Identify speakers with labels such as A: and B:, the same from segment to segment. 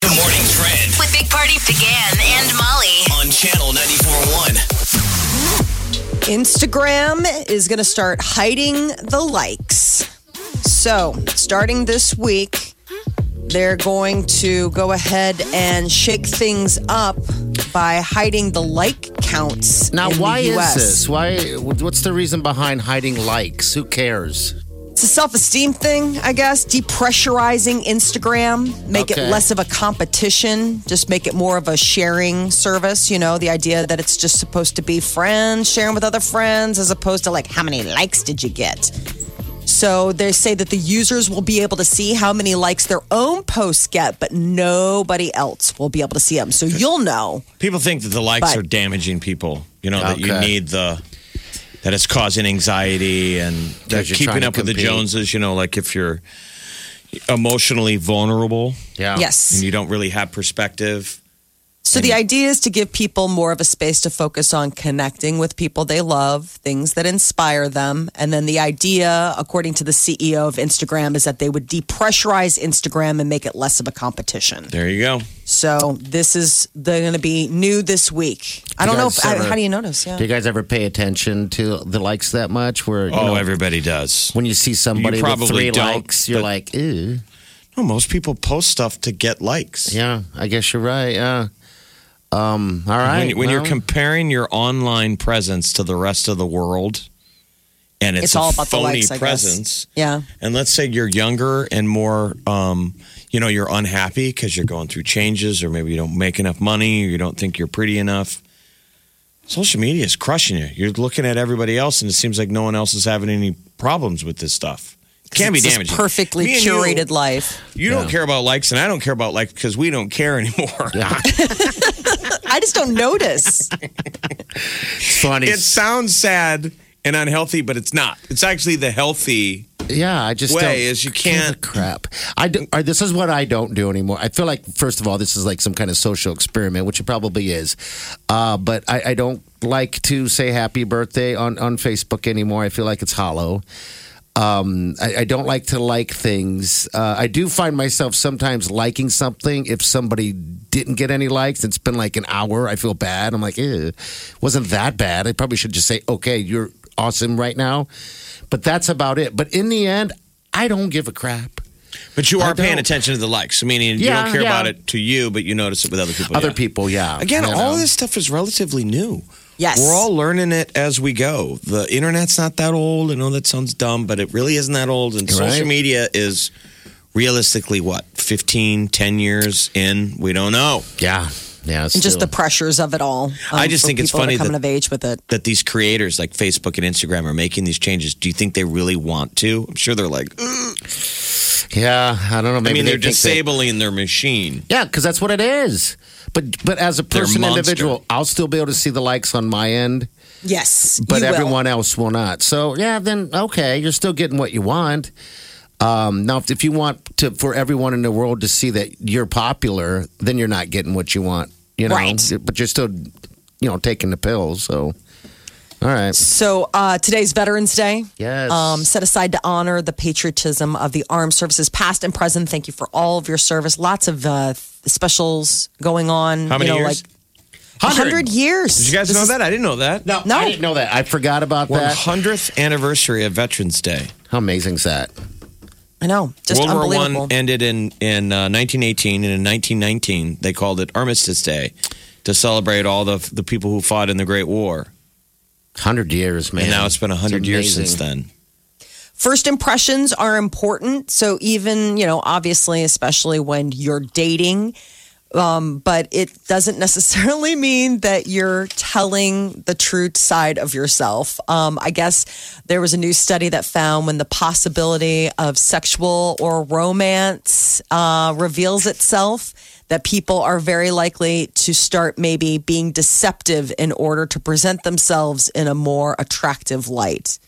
A: The morning trend
B: with Big Party began and Molly.
A: on channel 94.1.
C: Instagram is going to start hiding the likes. So, starting this week, they're going to go ahead and shake things up by hiding the like counts.
D: Now,
C: in the
D: why is
C: US.
D: this? Why? What's the reason behind hiding likes? Who cares?
C: It's a self esteem thing, I guess. Depressurizing Instagram, make
D: Okay.
C: it less of a competition, just make it more of a sharing service. You know, the idea that it's just supposed to be friends sharing with other friends as opposed to like, how many likes did you get? So they say that the users will be able to see how many likes their own posts get, but nobody else will be able to see them. So you'll know.
E: People think that the likes
C: But-
E: are damaging people. You know that you
D: Okay.
E: need the that it's causing anxiety and they're
D: 'Cause you're trying
E: keeping
D: to
E: up with the
D: compete.
E: Joneses. You know, like if you're emotionally vulnerable
D: Yeah.
C: Yes.
E: and you don't really have perspective.
C: So the idea is to give people more of a space to focus on connecting with people they love, things that inspire them. And then the idea, according to the CEO of Instagram, is that they would depressurize Instagram and make it less of a competition.
E: There you go.
C: So this is they're going to be new this week. I don't know.
D: guys
C: If, I,
D: ever-
C: how do you notice? Yeah.
D: Do you guys ever pay attention to the likes that much? Where you
E: Oh,
D: know,
E: everybody does.
D: when you see somebody with
E: probably
D: three
E: don't,
D: likes, you're
E: but-
D: like, ew.
E: No, most people post stuff to get likes.
D: Yeah, I guess you're right. Yeah. Um. All right.
E: When, when you're
D: well,
E: comparing your online presence to the rest of the world, and
C: It's
E: it's,
C: all
E: a
C: about the
E: phony
C: likes, I guess.
E: presence.
C: Yeah.
E: And let's say you're younger and more, um, you know, you're unhappy because you're going through changes, or maybe you don't make enough money, or you don't think you're pretty enough. Social media is crushing you. You're looking at everybody else, and it seems like no one else is having any problems with this stuff. It can be
C: It's this
E: damaging.
C: Perfectly
E: Me and you-
C: curated life.
E: You don't care about likes, and I don't care about likes because we don't care anymore.
C: I just don't notice.
D: it's funny.
E: it sounds sad and unhealthy, but it's not. It's actually the healthy.
D: Yeah, I just
E: way
D: don't
E: is you
D: give a
E: can't-
D: crap. I do, or this is what I don't do anymore. I feel like first of all, this is like some kind of social experiment, which it probably is. Uh, but I, I don't like to say happy birthday on on Facebook anymore. I feel like it's hollow. Um, I, I don't like to like things. Uh, I do find myself sometimes liking something if somebody didn't get any likes. It's been like an hour. I feel bad. I'm like, ew, wasn't that bad. I probably should just say, okay, you're awesome right now. But that's about it. But in the end, I don't give a crap.
E: But you
D: I
E: are paying
D: don't.
E: attention to the likes, meaning you
D: Yeah,
E: don't care
D: yeah.
E: about it to you, but you notice it with other people.
D: Other
E: yeah.
D: people, yeah.
E: Again,
D: You
E: all
D: know?
E: this stuff is relatively new.
C: Yes.
E: We're all learning it as we go. The internet's not that old. I know that sounds dumb, but it really isn't that old. And
D: Right.
E: social media is realistically what, 15, 10 years in? We don't know.
D: yeah, yeah.
C: and just
D: still.
C: the pressures of it all. um,
E: I just
C: for
E: think it's
C: people that
E: funny
C: are coming
E: that-
C: of age with it.
E: That these creators like Facebook and Instagram are making these changes. Do you think they really want to? I'm sure they're like,
D: yeah. I don't know.
E: I
D: Maybe
E: mean,
D: they
E: they're
D: think that-
E: disabling their machine.
D: Yeah, because that's what it is. But but as a
E: They're
D: person,
E: monster.
D: individual, I'll still be able to see the likes on my end,
C: Yes,
D: but
C: you will.
D: everyone else will not. So yeah, then okay, you're still getting what you want. Um, now, if, if you want to for everyone in the world to see that you're popular, then you're not getting what you want. You know,
C: Right.
D: but you're still, you know, taking the pills. So, all right.
C: So uh, today's Veterans Day.
D: Yes.
C: Um, set aside to honor the patriotism of the armed services, past and present. Thank you for all of your service. Lots of uh, specials going on.
E: How many
C: you know,
E: years?
C: Like 100 years.
E: Did you guys know that? I didn't know that.
D: No,
C: No.
D: I didn't know that. I forgot about that.
E: 100th anniversary of Veterans Day.
D: How amazing is that?
C: I know. Just
E: World War
C: unbelievable.
E: One ended in in uh, 1918, and in 1919 they called it Armistice Day to celebrate all the the people who fought in the Great War.
D: Hundred years, man.
E: And now it's been 100 years since
D: amazing.
E: then.
C: First impressions are important. So even, you know, obviously, especially when you're dating, Um, but it doesn't necessarily mean that you're telling the true side of yourself. Um, I guess there was a new study that found when the possibility of sexual or romance uh, reveals itself, that people are very likely to start maybe being deceptive in order to present themselves in a more attractive light.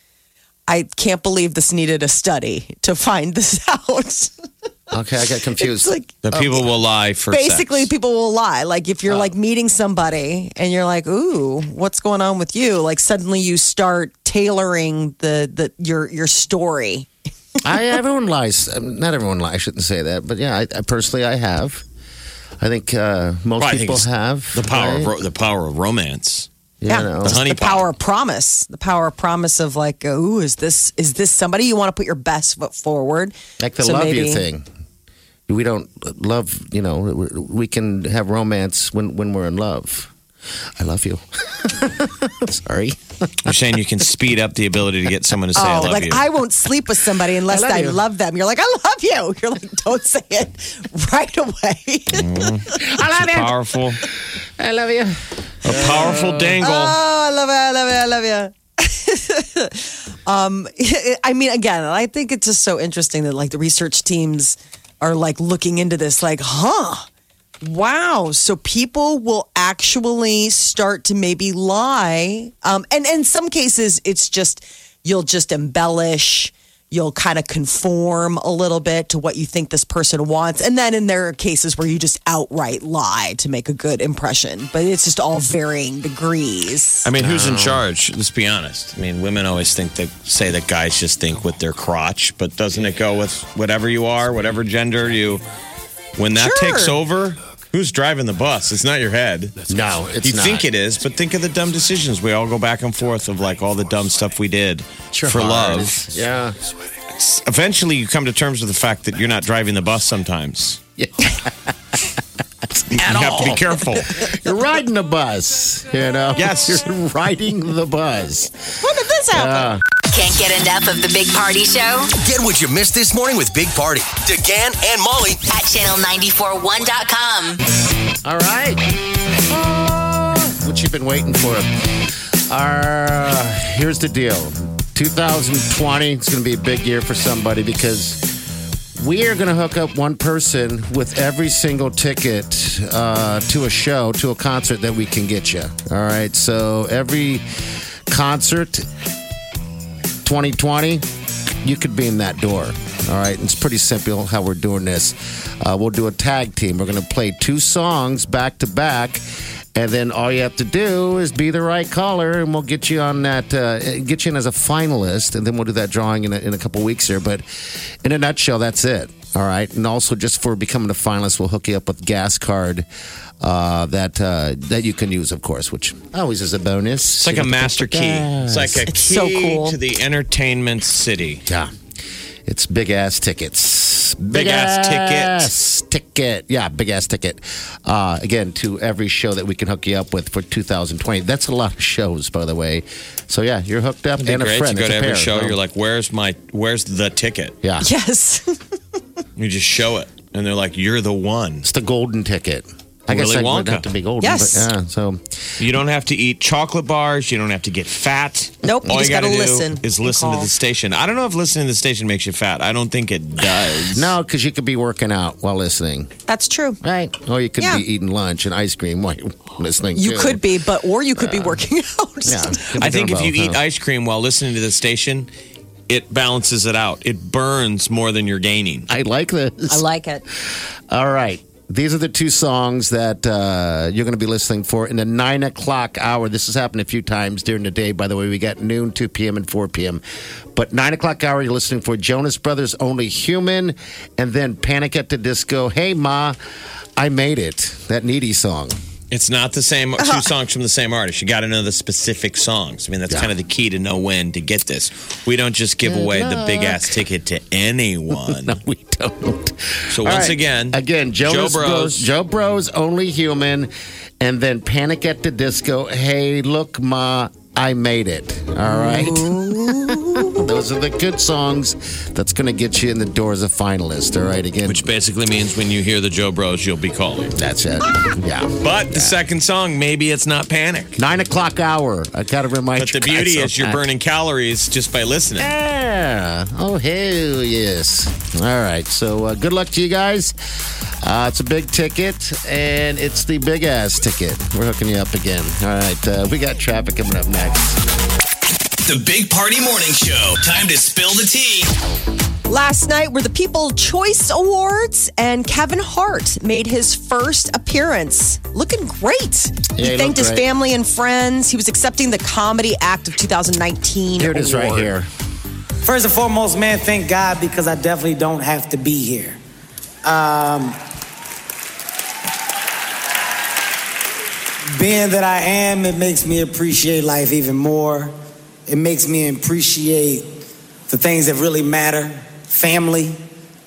C: I can't believe this needed a study to find this out.
D: Okay, I got confused.
C: it's like
E: The people will lie for
C: Oh. basically
E: sex.
C: people will lie. Like if you're
D: Oh.
C: like meeting somebody and you're like, "Ooh, what's going on with you?" Like suddenly you start tailoring the the your your story.
D: I, everyone lies. Um, Not everyone lies. I shouldn't say that, but yeah, I, I personally I have. I think uh, most
E: Well, I think
D: people
E: it's
D: have
E: the power
D: right?
E: of ro- Uh-huh. the power of romance.
D: You know.
E: The
C: just
E: honey
C: the power of promise. The power of promise of like, "Ooh, is this is this somebody you want to put your best foot forward?"
D: like the
C: So
D: love
C: maybe-
D: you thing. We don't love, you know. we- We can have romance when when we're in love. I love you. Sorry.
E: You're saying you can speed up the ability to get someone to say I
C: Oh,
E: love
C: like
E: you.
C: I won't sleep with somebody unless
D: love
C: I,
D: you.
C: love them. You're like, I love you. You're like, don't say it right away.
E: powerful.
D: I love you.
E: A powerful dangle.
C: Oh, I love it. I love it. I love you. um, I mean, again, I think it's just so interesting that like the research teams are like looking into this, like, huh, wow. So people will actually start to maybe lie, um, and in some cases, it's just you'll just embellish. You'll kind of conform a little bit to what you think this person wants. And then in there are cases where you just outright lie to make a good impression. But it's just all varying degrees.
E: I mean, who's in charge? Let's be honest. I mean, women always think that say that guys just think with their crotch, but doesn't it go with whatever you are, whatever gender you? When that
C: Sure.
E: takes over, who's driving the bus? It's not your head.
D: No, it's
E: you
D: not.
E: think it is, but think of the dumb decisions we all go back and forth of like all the dumb stuff we did for love.
D: Yeah.
E: Eventually, you come to terms with the fact that you're not driving the bus sometimes.
D: Yeah.
E: You have to be careful.
D: You're riding the bus, you know?
E: Yes.
D: You're riding the bus.
C: When did this happen?
B: Can't get enough of the Big Party Show
A: Get what you missed this morning with Big Party. DeGan and Molly.
B: at channel941.com.
D: All right. Uh, What you've been waiting for. Uh, here's the deal 2020 is going to be a big year for somebody because we are going to hook up one person with every single ticket uh, to a show, to a concert that we can get you. All right. So every concert 2020 you could be in that door. All right, it's pretty simple how we're doing this. Uh, we'll do a tag team. We're going to play two songs back to back, and then all you have to do is be the right caller, and we'll get you on that, uh, get you in as a finalist, and then we'll do that drawing in a, in a couple weeks here. But in a nutshell, that's it. All right, and also just for becoming a finalist, we'll hook you up with gas card uh, that uh, that you can use, of course, which always is a bonus.
E: It's like a master key. It's like a
C: It's
E: key
C: so cool.
E: to the entertainment city.
D: Yeah. It's big ass tickets.
E: Big ass ticket.
D: ass ticket. Yeah, big ass ticket. Uh, again, to every show that we can hook you up with for 2020. That's a lot of shows, by the way. So yeah, you're hooked up and a
E: great.
D: friend.
E: You go
D: It's
E: to
D: a
E: every
D: pair,
E: show,
D: so-
E: you're like, "Where's my? Where's the ticket?"
D: yeah,
C: Yes.
E: You just show it, and they're like, "You're the one."
D: it's the golden ticket. I guess
E: Willy
D: I would
E: Wonka.
D: have to be golden.
C: Yes.
D: But yeah, so
E: You don't have to eat chocolate bars. You don't have to get fat.
C: Nope, you
E: All
C: just
E: you gotta,
C: gotta
E: do
C: listen
E: Is
C: and
E: listen to
C: call.
E: the station. I don't know if listening to the station makes you fat. I don't think it does.
D: no, because you could be working out while listening,
C: That's true.
D: right? Or you could
C: Yeah.
D: be eating lunch and ice cream while you're listening.
C: You
D: too.
C: could be, but or you could be working out.
D: Yeah, could be
E: I think
D: doing
E: if you
D: both,
E: eat
D: huh?
E: ice cream while listening to the station, it balances it out. It burns more than you're gaining.
D: I like this.
C: I like it.
D: All right. These are the two songs that uh, you're going to be listening for in the nine o'clock hour. This has happened a few times during the day. By the way, we got noon, 2 p.m., and 4 p.m. But nine o'clock hour, you're listening for Jonas Brothers Only Human and then Panic at the Disco. Hey, Ma, I made it. That needy song.
E: It's not the same two songs from the same artist. You got to know the specific songs. I mean, that's kind of the key to know when to get this. We don't just give away the big ass ticket to anyone.
D: We don't.
E: So
D: All
E: once
D: right.
E: again,
D: again, Jonas
E: Joe Bros.
D: Bros. Joe Bros. Only Human, and then Panic at the Disco. Hey, look, Ma, I made it. All right. Those are the good songs that's going to get you in the door as a finalist. All right, again.
E: Which basically means when you hear the Joe Bros, you'll be calling.
D: that's it. Yeah.
E: But the second song, maybe it's not panic.
D: Nine o'clock hour. I got to remind
E: But
D: you.
E: the beauty
D: guys
E: is you're
D: of that.
E: burning calories just by listening.
D: Yeah. Oh, hell yes. All right. So uh, good luck to you guys. Uh, it's a big ticket, and it's the big ass ticket. We're hooking you up again. All right. Uh, we got traffic coming up next.
A: The Big Party Morning Show. Time to spill the tea.
C: Last night were the People Choice Awards, and Kevin Hart made his first appearance. Looking great.
D: Yeah,
C: he
D: he
C: thanked
D: looked
C: his
D: great.
C: family and friends. He was accepting the Comedy Act of 2019.
D: Here it is right
C: award.
D: here.
F: First and foremost, man, thank God because I definitely don't have to be here. Um, being that I am, it makes me appreciate life even more. It makes me appreciate the things that really matter family.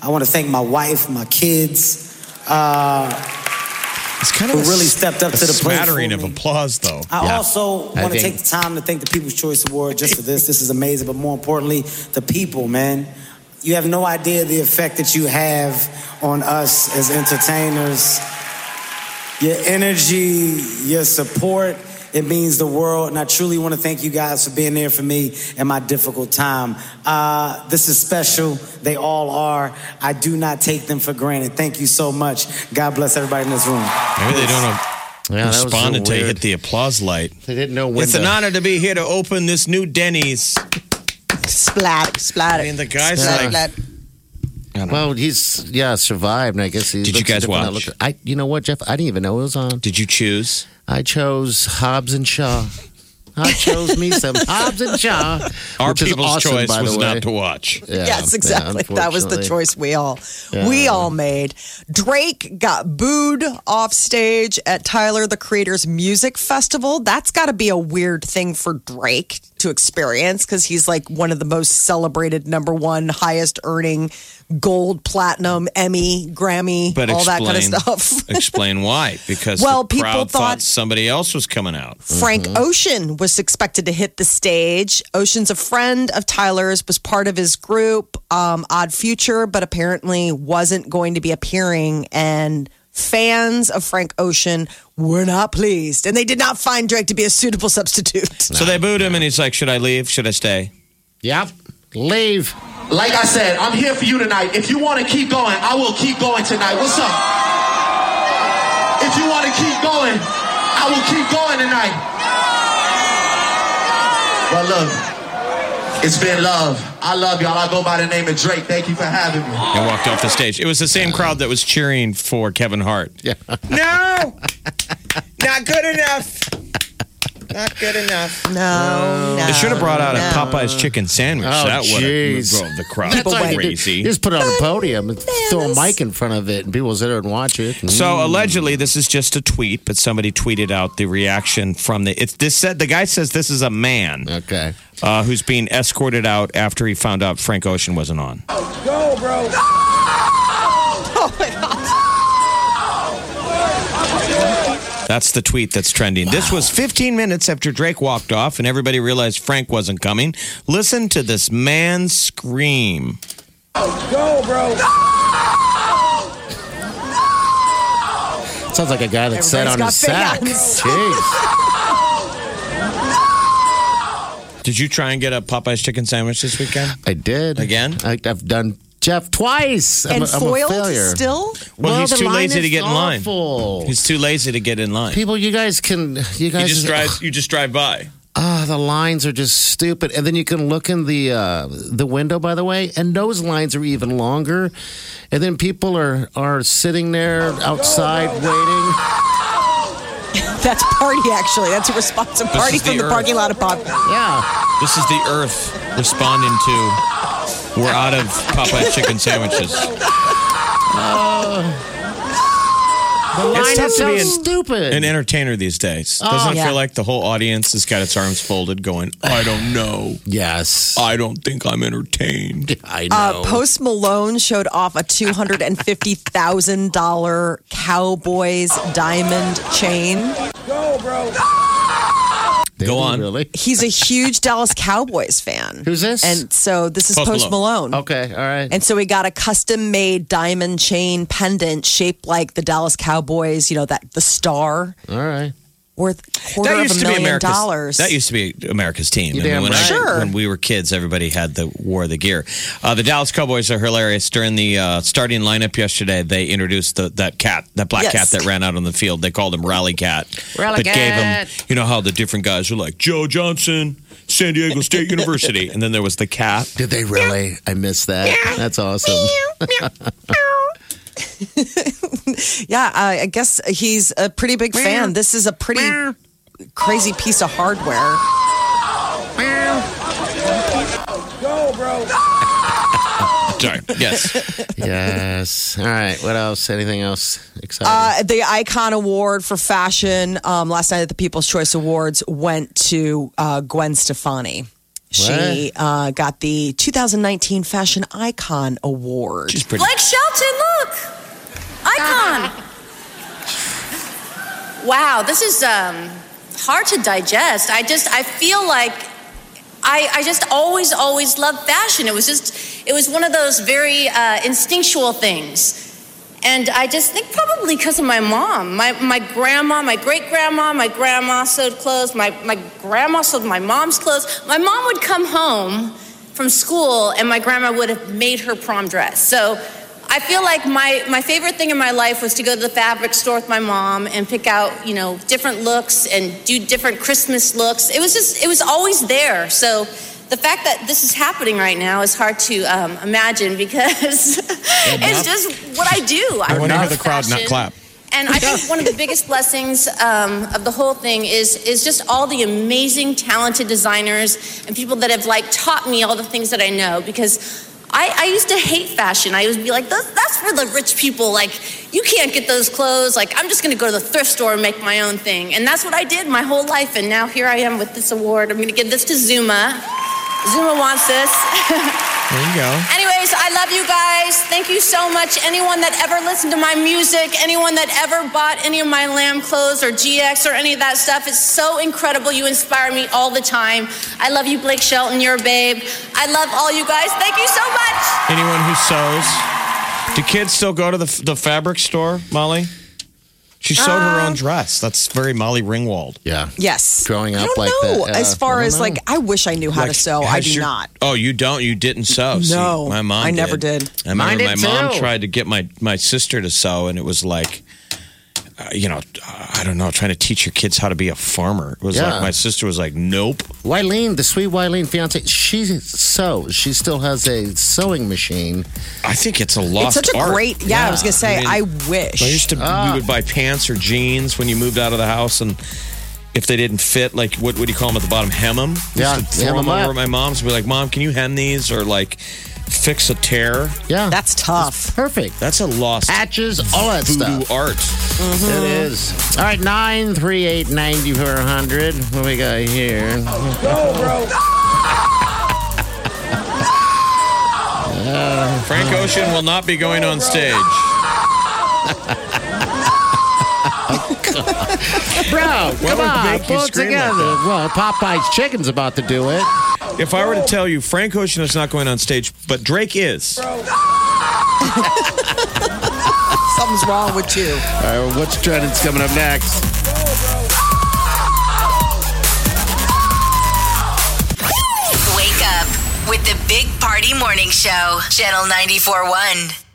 F: I want to thank my wife, my kids, uh,
E: It's kind
F: who really stepped up
E: a
F: to the plate.
E: smattering
F: for
E: of
F: me.
E: applause, though.
F: I
D: Yeah.
F: also
D: I
F: want to
D: think-
F: take the time to thank the People's Choice Award just for this. This is amazing, but more importantly, the people, man. You have no idea the effect that you have on us as entertainers. Your energy, your support, it means the world. And I truly want to thank you guys for being there for me in my difficult time. Uh, this is special. They all are. I do not take them for granted. Thank you so much. God bless everybody in this room.
E: Maybe they don't uh,
D: Ah. Yeah, that was
E: respond
D: so
E: until you
D: weird.
E: hit the applause light.
D: They didn't know when
E: It's an
D: to-
E: honor to be here to open this new Denny's.
C: Splat, splat.
E: I mean, the guy's like-
D: Well, he's yeah survived, and I guess he.
E: Did you
D: looks
E: guys
D: different. I
E: watch?
D: looked- I, you know what, Jeff? I didn't even know it was on.
E: Did you choose?
D: I chose Hobbs and Shaw. I chose me some Hobbs and Shaw.
E: Our
D: which is
E: people's
D: awesome,
E: choice
D: by the
E: was
D: way.
E: not to watch.
D: Yeah,
C: yes,
D: yeah,
C: exactly. that was the
D: unfortunately.
C: choice we all
D: Yeah.
C: we all made. Drake got booed off stage at Tyler the Creator's music festival. That's got to be a weird thing for Drake to experience cuz he's like one of the most celebrated number 1 highest earning gold platinum Emmy Grammy
E: But
C: all that kind of
E: explain,
C: stuff.
E: explain why. Because
C: Well,
E: the
C: people
E: crowd thought,
C: thought-
E: somebody else was coming out.
C: Frank
E: Mm-hmm.
C: Ocean was expected to hit the stage. Ocean's a friend of Tyler's, was part of his group, um, Odd Future, but apparently wasn't going to be appearing. And fans of Frank Ocean were not pleased. And they did not find Drake to be a suitable substitute.
E: so they booed him, and he's like, should I leave? Should I stay?
D: Yep. Leave.
G: Like I said, I'm here for you tonight. If you want to keep going, I will keep going tonight. What's up? If you want to keep going, I will keep going tonight. But look, it's been love. I love y'all. I go by the name of Drake. Thank you for having me.
E: And walked off the stage. It was the same crowd that was cheering for Kevin Hart.
D: Yeah.
E: No! Not good enough. Not good enough.
C: No, no.
E: They should have brought out a Popeye's chicken sandwich.
D: Oh,
E: that would have
D: jeez.
E: drove the crowd
D: That's all you do.
E: crazy.
D: You just put it on a podium and throw a mic in front of it, and people sit there and watch it.
E: So allegedly, this is just a tweet, but somebody tweeted out the reaction from the. It, this said the guy says this is a man
D: Mm, okay.
E: uh, who's being escorted out after he found out Frank Ocean wasn't on.
C: Oh my gosh.
E: That's the tweet that's trending. This was 15 minutes after Drake walked off, and everybody realized Frank wasn't coming. Listen to this man scream.
D: Sounds like a guy that sat on his
C: Everybody's got
D: sack.
C: big
D: Jeez.
E: Did you try and get a Popeye's chicken sandwich this weekend?
D: I did
E: Again?
D: I, I've done Jeff twice. I'm
C: And
D: a, I'm a
C: foiled
D: failure.
C: still?
E: Well, he's
D: the
E: too
D: line
E: lazy to
D: is
E: get in line.
D: awful.
E: He's too lazy to get in line.
D: People, you guys can. You
E: You
D: guys
E: just drive. You just drive by.
D: Ah, the lines are just stupid. And then you can look in the uh, the window, by the way, and those lines are even longer. And then people are are sitting there outside waiting.
C: That's party, actually. That's a response to party
E: is the
C: from the
E: earth.
C: parking lot of Pop.
D: Yeah,
E: This is the Earth responding to. We're out of Popeye's chicken sandwiches.
D: the line
E: tough
D: is
E: to
D: so
E: be an-
D: stupid.
E: An entertainer these days doesn't it
C: yeah.
E: feel like the whole audience has got its arms folded, going, "I don't know,
D: yes,
E: I don't think I'm entertained."
D: I
C: Uh,
E: Oh.
D: know.
C: Post Malone showed off a two hundred and fifty thousand dollar Cowboys diamond chain.
D: Did
E: Go
D: he
E: on.
D: Really?
C: He's a huge Dallas Cowboys fan.
D: Who's this?
C: And so this is
E: Post
C: Post,
E: Malone.
C: Malone.
D: Okay. All right.
C: And so he got a custom made diamond chain pendant shaped like the Dallas Cowboys, you know, that the star
D: all right.
C: worth quarter of a million
E: America's
C: dollars.
E: That used to be America's team.
D: You
E: I mean,
D: damn
E: when,
D: right.
C: Sure.
E: when we were kids, everybody had the wore the gear. Uh, the Dallas Cowboys are hilarious. During the uh, starting lineup yesterday, they introduced the, that cat, that black
C: Yes.
E: cat that ran out on the field. They called him Rally Cat. Rally but gave him, you know how the different guys were like Joe Johnson, San Diego State University, and then there was the cat.
D: Did they really? I missed that. That's awesome.
C: yeah, I I guess he's a pretty big fan. This is a pretty crazy piece of hardware.
E: Sorry. Yes.
D: yes. All right. What else? Anything else exciting?
C: Uh, the Icon Award for Fashion um, last night at the People's Choice Awards went to uh, Gwen Stefani. She uh, got the 2019 Fashion Icon Award.
E: She's pretty.
H: Like Shelton, look. Icon. wow, this is um, hard to digest. I just, I feel like I, I just always, always loved fashion. It was just, it was one of those very uh, instinctual things. And I just think probably because of my mom. My, my grandma, my great grandma, my grandma sewed clothes. My, my grandma sewed my mom's clothes. My mom would come home from school and my grandma would have made her prom dress. So I feel like my, my favorite thing in my life was to go to the fabric store with my mom and pick out, you know, different looks and do different Christmas looks. It was just, it was always there. So the fact that this is happening right now is hard to um, imagine because it's just what I do. I,
E: wanna hear
H: love
E: the crowd not
H: fashion.
E: clap.
H: And I think one of the biggest blessings um, of the whole thing is is just all the amazing, talented designers and people that have like taught me all the things that I know because. I, I used to hate fashion. I would be like, that's, that's for the rich people. Like, you can't get those clothes. Like, I'm just going to go to the thrift store and make my own thing. And that's what I did my whole life. And now here I am with this award. I'm going to give this to Zuma. Zuma wants this.
E: There you go.
H: Anyways, I love you guys. Thank you so much. Anyone that ever listened to my music, anyone that ever bought any of my lamb clothes or GX or any of that stuff, it's so incredible. You inspire me all the time. I love you, Blake Shelton. You're a babe. I love all you guys. Thank you so much.
E: Anyone who sews. Do kids still go to the, the fabric store, Molly? She sewed her
C: Um,
E: own dress. That's very Molly Ringwald.
D: yeah.
C: Yes.
D: Growing
C: I
D: up
C: don't
D: like
C: know.
D: that,
C: as
D: yeah,
C: far
D: I don't
C: as like, I wish I knew how to
E: Like,
C: sew. I
E: has
C: do
E: your-
C: not.
E: Oh, you don't. You didn't sew. See,
C: No,
E: my mom.
C: I never did.
E: I remember
D: Mine did
E: my mom
D: too.
E: tried to get my my sister to sew, and it was like, uh, you know, I don't know, trying to teach your kids how to be a farmer. It was like
D: Yeah.
E: my sister was like, nope.
D: Wileen, the sweet Wileen fiance, she sews. She still has a sewing machine.
E: I think it's a lost
C: It's such a
E: art.
C: great, yeah, I was going to say, I,
E: I mean, I
C: wish.
E: used to.
D: Ah.
E: We would buy pants or jeans when you moved out of the house, and if they didn't fit, like what what do you call them at the bottom? Hem them.
D: Yeah,
E: throw
D: hem
E: them
D: 'em up.
E: over at my mom's. And be like, mom, can you hem these or like fix a tear?
D: Yeah.
C: That's tough.
D: perfect.
E: That's a lost
D: Patches, all that
E: voodoo
D: stuff. Uh-huh.
E: art.
D: It is. All right, 938 9400. What we got here? Go, bro.
E: Frank Ocean will not be going on stage.
D: Bro, come
E: would
D: on,
E: make you
D: pull it
E: scream like
D: together. well, Popeye's chicken's about to do it.
E: If I were to tell you Frank Ocean is not going on stage, but Drake is,
C: Something's wrong with you.
D: All right, what's trending's coming up next?
B: Wake up with the Big Party Morning Show, Channel 94.1.